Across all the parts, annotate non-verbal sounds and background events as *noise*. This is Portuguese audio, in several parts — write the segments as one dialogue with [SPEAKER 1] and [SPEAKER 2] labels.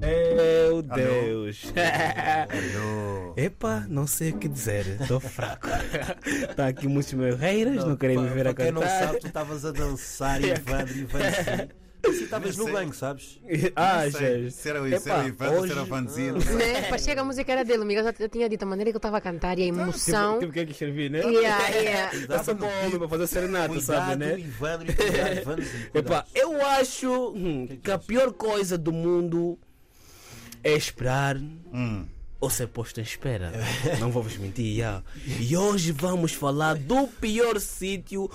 [SPEAKER 1] Meu Deus. *laughs* Epa, não sei o que dizer. Estou fraco. *laughs* Tá aqui muitos meus reiras, não, querem me
[SPEAKER 2] Pá,
[SPEAKER 1] ver a
[SPEAKER 2] pra quem não
[SPEAKER 1] cantar.
[SPEAKER 2] sabe, tu estavas a dançar e Ivan, Ivan sim. Assim estavas no
[SPEAKER 3] sei.
[SPEAKER 2] banco, sabes?
[SPEAKER 1] *laughs* Ah,
[SPEAKER 3] Sei,
[SPEAKER 1] Jesus.
[SPEAKER 3] Se era o se era o
[SPEAKER 1] Epa,
[SPEAKER 3] Ivan, ou se era o
[SPEAKER 1] hoje-
[SPEAKER 3] Vanzina, não sei.
[SPEAKER 4] Né? Pá, Chega a música era dele, amiga. Eu já, eu tinha dito a maneira que eu estava a cantar e a emoção.
[SPEAKER 1] É. Tipo, tipo o que é que escrevi, né?
[SPEAKER 4] Yeah,
[SPEAKER 1] *laughs*
[SPEAKER 4] yeah.
[SPEAKER 1] Dá só
[SPEAKER 2] Tava no
[SPEAKER 1] para o homem, para fazer serenata, sabe,
[SPEAKER 2] Cuidado,
[SPEAKER 1] né?
[SPEAKER 2] Ivandro, e cuidado,
[SPEAKER 1] *laughs*
[SPEAKER 2] Ivanzinho,
[SPEAKER 1] Epá,
[SPEAKER 2] cuidado. é
[SPEAKER 1] eu acho hum, que a pior coisa do mundo é esperar
[SPEAKER 3] Hum.
[SPEAKER 1] ou ser posto em
[SPEAKER 2] *laughs*
[SPEAKER 1] espera. Não vou vos mentir. já. E hoje vamos falar do pior sítio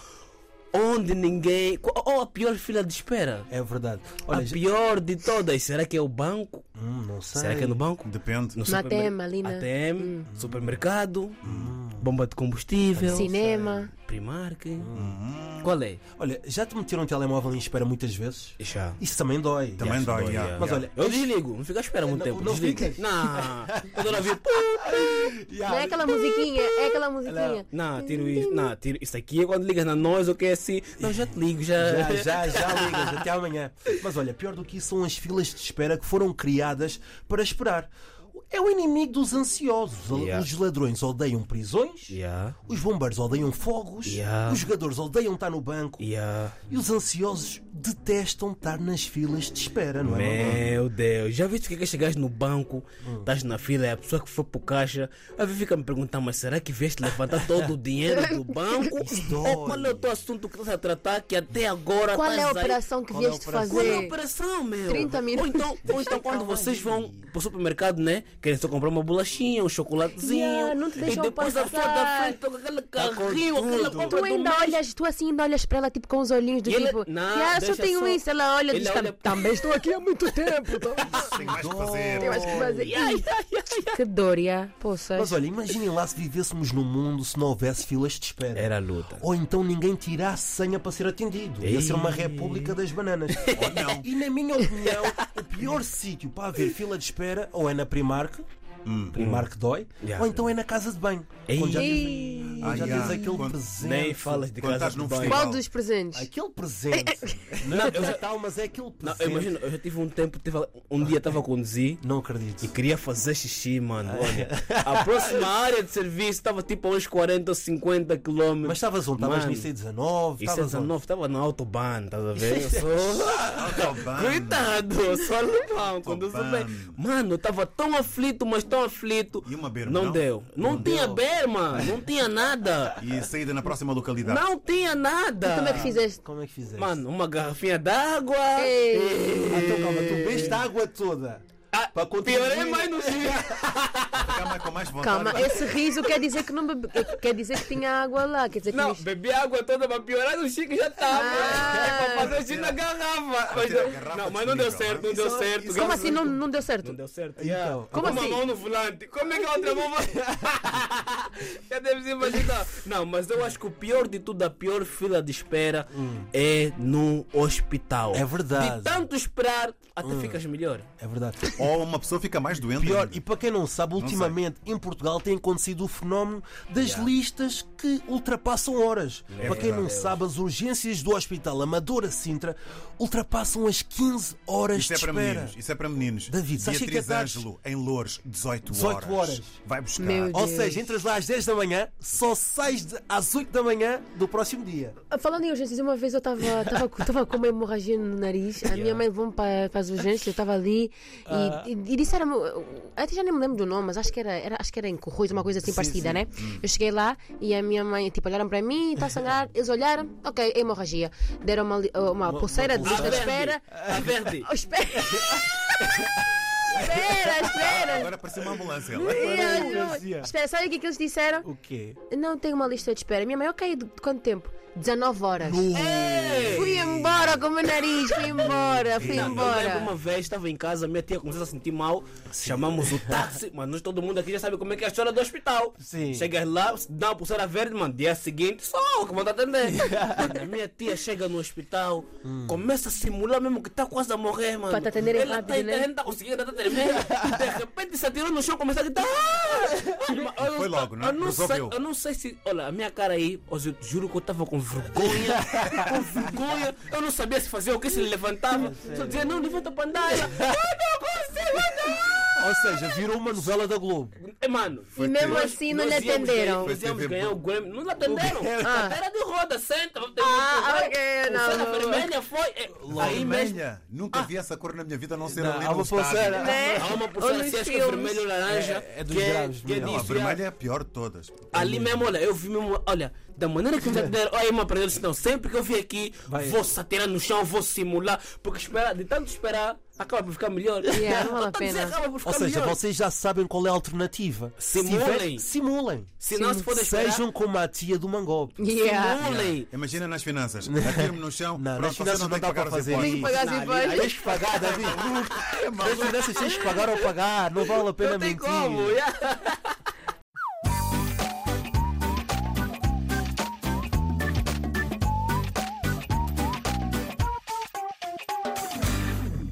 [SPEAKER 1] onde ninguém. Ou a pior fila de espera.
[SPEAKER 2] É verdade.
[SPEAKER 1] A
[SPEAKER 2] Olha, já-
[SPEAKER 1] pior de todas. Será que é o banco?
[SPEAKER 2] Hum, não sei.
[SPEAKER 1] Será que é no banco?
[SPEAKER 3] Depende.
[SPEAKER 1] No
[SPEAKER 4] Na
[SPEAKER 1] supermer-
[SPEAKER 4] ATM ali, né?
[SPEAKER 1] ATM, supermercado,
[SPEAKER 2] Hum.
[SPEAKER 1] bomba de combustível,
[SPEAKER 4] Cinema.
[SPEAKER 1] Primark.
[SPEAKER 2] Hum.
[SPEAKER 1] Qual é?
[SPEAKER 2] Olha, já te meteram um telemóvel em espera muitas vezes?
[SPEAKER 1] Já.
[SPEAKER 2] Isso também dói.
[SPEAKER 3] Também dói, já.
[SPEAKER 1] Yeah.
[SPEAKER 2] Mas olha,
[SPEAKER 1] eu desligo, não fica à espera muito
[SPEAKER 2] Não-
[SPEAKER 1] tempo.
[SPEAKER 2] não
[SPEAKER 1] desligo.
[SPEAKER 2] ficas?
[SPEAKER 1] Não, quando eu vi,
[SPEAKER 2] Yeah.
[SPEAKER 4] Não é aquela musiquinha, é aquela musiquinha.
[SPEAKER 1] não, tiro isso, não, tiro isso aqui é quando ligas na nós ou que é assim. Não, já te ligo, já. *laughs*
[SPEAKER 2] Já, já, já ligas, até amanhã. Mas olha, pior do que isso são as filas de espera que foram criadas para esperar. É o inimigo dos ansiosos.
[SPEAKER 1] Yeah.
[SPEAKER 2] Os ladrões odeiam prisões,
[SPEAKER 1] Yeah,
[SPEAKER 2] os bombeiros odeiam fogos,
[SPEAKER 1] Yeah.
[SPEAKER 2] os jogadores odeiam estar no banco
[SPEAKER 1] yeah.
[SPEAKER 2] e os ansiosos detestam estar nas filas de espera, não é? Manuel?
[SPEAKER 1] Meu Deus, já viste o que é que chegaste no banco, estás na fila, é a pessoa que foi pro caixa, a vezes fica me perguntando, mas será que vieste levantar todo o dinheiro
[SPEAKER 4] *laughs*
[SPEAKER 1] do banco?
[SPEAKER 2] dói.
[SPEAKER 1] Ou qual é o teu assunto que estás a tratar que até agora
[SPEAKER 4] Qual é a
[SPEAKER 1] estás aí-
[SPEAKER 4] operação que
[SPEAKER 2] Qual é a
[SPEAKER 4] vieste
[SPEAKER 2] operação?
[SPEAKER 1] Qual é a
[SPEAKER 4] fazer?
[SPEAKER 1] operação, meu?
[SPEAKER 4] 30
[SPEAKER 1] Ou
[SPEAKER 4] minutos.
[SPEAKER 1] então, ou então quando vocês vão pro supermercado, né? Querem só comprar uma bolachinha, um chocolatezinho.
[SPEAKER 4] Yeah, não te deixam
[SPEAKER 1] e depois a pessoa da
[SPEAKER 4] passar.
[SPEAKER 1] frente tá com aquele carrinho, aquela compra
[SPEAKER 4] Tu
[SPEAKER 1] do
[SPEAKER 4] ainda
[SPEAKER 1] mês.
[SPEAKER 4] olhas, tu assim ainda olhas para ela tipo com os olhinhos do
[SPEAKER 1] E ele-
[SPEAKER 4] tipo.
[SPEAKER 1] Não,
[SPEAKER 4] "Ah, só
[SPEAKER 1] deixa
[SPEAKER 4] tenho
[SPEAKER 1] só."
[SPEAKER 4] isso, ela olha e
[SPEAKER 1] Ele
[SPEAKER 4] diz
[SPEAKER 1] olha-
[SPEAKER 4] "Tam- também estou aqui há muito tempo.
[SPEAKER 1] *laughs*
[SPEAKER 4] tá?"
[SPEAKER 3] Tem mais que
[SPEAKER 4] Eu
[SPEAKER 3] fazer.
[SPEAKER 4] acho que vai dizer, "Ih, Que dor, já. Poças.
[SPEAKER 2] Mas olha, imaginem lá se vivêssemos num mundo se não houvesse filas de espera.
[SPEAKER 1] Era luta.
[SPEAKER 2] Ou então ninguém tirasse senha para ser atendido. Ia ser uma
[SPEAKER 1] Ei.
[SPEAKER 2] república
[SPEAKER 1] *laughs*
[SPEAKER 2] das bananas.
[SPEAKER 3] Ou não.
[SPEAKER 2] E na minha opinião, o pior sítio para haver fila de espera ou é na Primark, Primark dói,
[SPEAKER 1] Hum. Yeah.
[SPEAKER 2] ou então é na casa de banho.
[SPEAKER 1] Ei.
[SPEAKER 2] Quando já tens,
[SPEAKER 4] Ih,
[SPEAKER 3] Ah,
[SPEAKER 2] já
[SPEAKER 3] yeah.
[SPEAKER 2] tens aquele
[SPEAKER 3] Quando-
[SPEAKER 2] presente.
[SPEAKER 1] Nem falas de
[SPEAKER 3] Quando
[SPEAKER 1] casa
[SPEAKER 3] estás
[SPEAKER 1] de
[SPEAKER 3] num
[SPEAKER 1] banho.
[SPEAKER 4] Qual dos presentes?
[SPEAKER 2] Aquele *laughs* presente. Não, é
[SPEAKER 1] eu já-
[SPEAKER 2] Natal, mas é aquele
[SPEAKER 1] Não,
[SPEAKER 2] presente.
[SPEAKER 1] eu imagino, eu já tive um tempo, tive, um dia estava a conduzir
[SPEAKER 2] Não acredito.
[SPEAKER 1] e queria fazer xixi, mano.
[SPEAKER 2] Ah,
[SPEAKER 1] Olha,
[SPEAKER 2] é.
[SPEAKER 1] a próxima área de serviço estava tipo a uns 40 ou 50 quilômetros.
[SPEAKER 2] Mas estavas onde? Estavas
[SPEAKER 1] Mano,
[SPEAKER 2] no IC19?
[SPEAKER 1] Isso é
[SPEAKER 2] estavas onde?
[SPEAKER 1] 19, estava na Autobahn, estás a ver? Eu
[SPEAKER 2] *laughs*
[SPEAKER 1] sou. Coitado, eu sou alemão, conduzo
[SPEAKER 3] Autobahn.
[SPEAKER 1] bem. Mano, eu estava tão aflito, mas tão aflito.
[SPEAKER 3] E uma berma,
[SPEAKER 1] Não,
[SPEAKER 3] não?
[SPEAKER 1] deu. Não, tinha berma, não tinha
[SPEAKER 2] *laughs*
[SPEAKER 1] nada.
[SPEAKER 3] E saída na próxima localidade.
[SPEAKER 1] Não tinha nada.
[SPEAKER 4] Como é que fizeste?
[SPEAKER 2] Como é que fizeste?
[SPEAKER 1] Mano, uma garrafinha d'água.
[SPEAKER 4] Ei.
[SPEAKER 2] Ah, então calma, tu bebeste a água toda.
[SPEAKER 1] Ah,
[SPEAKER 2] Para contribuir-
[SPEAKER 1] Piorei mais no dia.
[SPEAKER 3] Calma, com
[SPEAKER 1] tá
[SPEAKER 3] mais vontade.
[SPEAKER 4] Calma, esse riso quer dizer que não bebe... quer dizer que tinha água lá, quer dizer que
[SPEAKER 1] Não,
[SPEAKER 4] isto-
[SPEAKER 1] bebi água toda pra piorar no Chico já tava.
[SPEAKER 4] Ah.
[SPEAKER 1] É pra fazer o Chico na garrafa. Mas,
[SPEAKER 3] Até a
[SPEAKER 1] não-
[SPEAKER 3] garrafa
[SPEAKER 1] não, mas não deu
[SPEAKER 3] disponível,
[SPEAKER 1] certo,
[SPEAKER 3] né?
[SPEAKER 1] não deu
[SPEAKER 3] Isso-
[SPEAKER 1] certo.
[SPEAKER 3] isso-
[SPEAKER 4] Como assim não, não deu certo?
[SPEAKER 1] Não deu certo.
[SPEAKER 2] Então,
[SPEAKER 1] Como
[SPEAKER 4] como
[SPEAKER 1] uma
[SPEAKER 4] assim?
[SPEAKER 1] mão no volante. Como é que a outra mão vai. *laughs* Já deves imaginar. Não, mas eu acho que o pior de tudo, a pior fila de espera
[SPEAKER 4] Hum.
[SPEAKER 1] é no hospital.
[SPEAKER 2] É verdade.
[SPEAKER 1] De tanto esperar, até ficas melhor.
[SPEAKER 2] É verdade.
[SPEAKER 3] Ou uma pessoa fica mais doente.
[SPEAKER 2] Pior,
[SPEAKER 3] ainda.
[SPEAKER 2] e para quem não sabe, ultimamente em Portugal tem acontecido o fenómeno das listas que ultrapassam horas. para quem não sabe, as urgências do Hospital Amadora Sintra ultrapassam as 15 horas
[SPEAKER 3] Isso é
[SPEAKER 2] de
[SPEAKER 3] para
[SPEAKER 2] espera.
[SPEAKER 3] meninos. Isso é para meninos.
[SPEAKER 2] David, sabes que é
[SPEAKER 3] Beatriz
[SPEAKER 2] que é tarde?
[SPEAKER 3] Ângelo, em Loures, 18 horas.
[SPEAKER 2] 18 horas.
[SPEAKER 3] Vai buscar.
[SPEAKER 4] Meu
[SPEAKER 2] Ou
[SPEAKER 4] Deus.
[SPEAKER 2] seja, entras lá às 10 da manhã, só sais de- às 8 da manhã do próximo dia.
[SPEAKER 4] Ah, Falando em urgências, uma vez eu estava com uma hemorragia no nariz, a minha mãe levou-me para, as urgências, eu estava ali e, e, e disseram-me, eu até já nem me lembro do nome, mas acho que era, era- acho que era em Corroios, uma coisa assim parecida, né? Eu cheguei lá e a minha mãe, tipo, olharam para mim, está a sangrar, eles olharam, ok, é hemorragia. Deram uma, li- uma pulseira de lista de espera.
[SPEAKER 1] A verde.
[SPEAKER 4] Oh, *laughs* espera! espera, espera!
[SPEAKER 3] Agora parecia uma ambulância. ela.
[SPEAKER 4] Eu juro.
[SPEAKER 2] hemorragia.
[SPEAKER 4] Espera, sabe o que, que eles disseram?
[SPEAKER 2] O quê?
[SPEAKER 4] Não tenho uma lista de espera. Minha mãe, ok, de, de quanto tempo? 19 horas.
[SPEAKER 1] Ei!
[SPEAKER 4] Fui embora com o meu nariz, fui embora, fui
[SPEAKER 1] Não, Eu lembro uma
[SPEAKER 4] embora.
[SPEAKER 1] vez, estava em casa, minha tia começou a se sentir mal, chamamos o táxi, mas nós todo mundo aqui já sabe como é que é a história do hospital.
[SPEAKER 2] Sim.
[SPEAKER 1] Chegas lá, se dá uma pulseira verde, mano, dia seguinte, só o que manda atender. Mano, a minha tia chega no hospital, começa a simular mesmo que está quase a morrer, mano.
[SPEAKER 4] Pra te atenderem
[SPEAKER 1] Ela
[SPEAKER 4] rápido, né?
[SPEAKER 1] A gente tá conseguindo até terminar. De repente se atirou no chão, começa a gritar. "Ah!" Mas eu-
[SPEAKER 3] Foi logo, né?
[SPEAKER 1] Eu não, sei,
[SPEAKER 3] Resolveu.
[SPEAKER 1] eu não sei se. Olha, a minha cara aí, eu juro que eu estava com vergonha, com vergonha. Eu não sabia se fazia o que se ele levantava. Só dizia, não, levanta a pandaia. Eu não consigo andar.
[SPEAKER 2] Ou seja, virou uma novela da Globo.
[SPEAKER 1] É, mano.
[SPEAKER 4] E mesmo assim não lhe
[SPEAKER 1] nós íamos
[SPEAKER 4] atenderam.
[SPEAKER 1] ganhar- Nós íamos
[SPEAKER 3] Foi
[SPEAKER 1] ganhar o Grammy. Não lhe atenderam.
[SPEAKER 4] Ah.
[SPEAKER 1] Cadeira de roda, senta. um
[SPEAKER 4] Ah, ok, não.
[SPEAKER 1] Santa Vermelha foi. é, Aí mesmo.
[SPEAKER 3] Vermelha. Nunca vi essa cor na minha vida a não ser
[SPEAKER 2] Não,
[SPEAKER 3] ali
[SPEAKER 2] há
[SPEAKER 3] no
[SPEAKER 2] uma
[SPEAKER 3] estádio. Ah,
[SPEAKER 2] pulseira.
[SPEAKER 4] Né?
[SPEAKER 1] Há uma
[SPEAKER 4] Ou
[SPEAKER 1] pulseira
[SPEAKER 4] nos
[SPEAKER 1] se acho que é
[SPEAKER 4] filmes.
[SPEAKER 1] vermelho ou laranja.
[SPEAKER 2] É- é dos
[SPEAKER 1] que
[SPEAKER 2] graves,
[SPEAKER 1] que
[SPEAKER 2] não.
[SPEAKER 3] Não, a
[SPEAKER 1] disso,
[SPEAKER 3] vermelha é a pior de todas.
[SPEAKER 2] Uhum.
[SPEAKER 1] Ali mesmo, olha, eu vi mesmo, olha, da maneira que me deram, olha, uma para eles, não, sempre que eu vim aqui,
[SPEAKER 2] Vai.
[SPEAKER 1] vou satirar no chão, vou simular, porque esperar, de tanto esperar, acaba por ficar melhor.
[SPEAKER 4] Yeah, não vale a
[SPEAKER 1] Eu tô dizendo,
[SPEAKER 4] pena.
[SPEAKER 1] acaba por
[SPEAKER 2] Ou
[SPEAKER 1] ficar
[SPEAKER 2] seja,
[SPEAKER 1] melhor.
[SPEAKER 2] vocês já sabem qual é a alternativa. Se
[SPEAKER 1] Simulem.
[SPEAKER 2] tiver- simulem.
[SPEAKER 1] Se não se pode esperar,
[SPEAKER 2] Sejam como a tia do Mangope.
[SPEAKER 4] Yeah.
[SPEAKER 1] simulem.
[SPEAKER 2] é
[SPEAKER 3] Imagina nas finanças. Atiro-me no chão.
[SPEAKER 2] Não,
[SPEAKER 3] pronto,
[SPEAKER 2] nas
[SPEAKER 3] você
[SPEAKER 2] finanças
[SPEAKER 3] tem
[SPEAKER 2] não dá
[SPEAKER 3] que pagar
[SPEAKER 2] para
[SPEAKER 3] os
[SPEAKER 2] fazer
[SPEAKER 3] impostos.
[SPEAKER 2] isso.
[SPEAKER 4] Tem que pagar as
[SPEAKER 2] Não, aí
[SPEAKER 4] impostas.
[SPEAKER 2] Tens que *laughs* pagar, David. Nas finanças tens que pagar ou pagar. Não vale a pena
[SPEAKER 1] Não tem
[SPEAKER 2] mentir.
[SPEAKER 1] como, yeah.